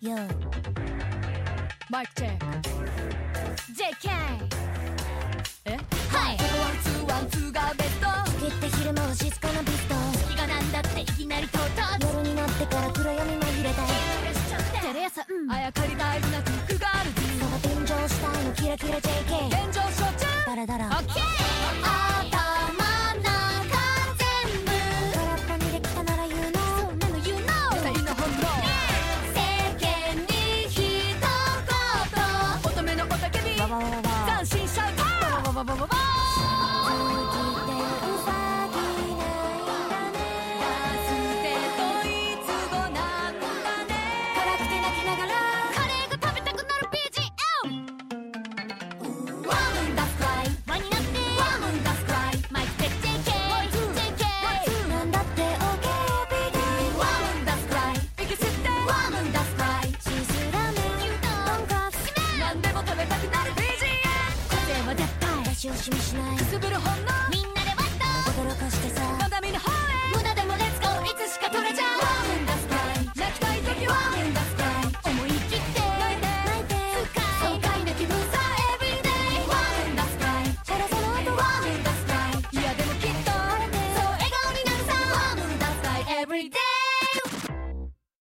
Yo. Mic check. JK! えはいワンツーワンツーがベスト作って昼間は静かなビスト気がなんだっていきなり唐突夜になってから暗闇紛れてテレ朝うんあやかり大事なクックガールズ人が便乗したいのキラキラ JK 現状承知ダラダラオッケー頭の中全部空っぽにできたなら言うのそうなの言うの二人の本能世間に一言乙女のおたけびわわわわわ斬新シャウトわわわわわ「うわさぎないんだね」「バステと辛くていつごなんだね泣きながら」「カレーが食べたくなる BGM」「ワンダスクライ」「輪になって」「ワンダスクライ」「マイクで JK」「JK」「なんだって OKBD」「ワンダスクライ」息吸って「ワンダスクライ」「チーズラーメン」「トンカツ」「何でも食べたくなる BGM 風は絶私を対しみしない」くすぶる本能「みんなでワッと」「驚かしてさ」まだ見ぬ本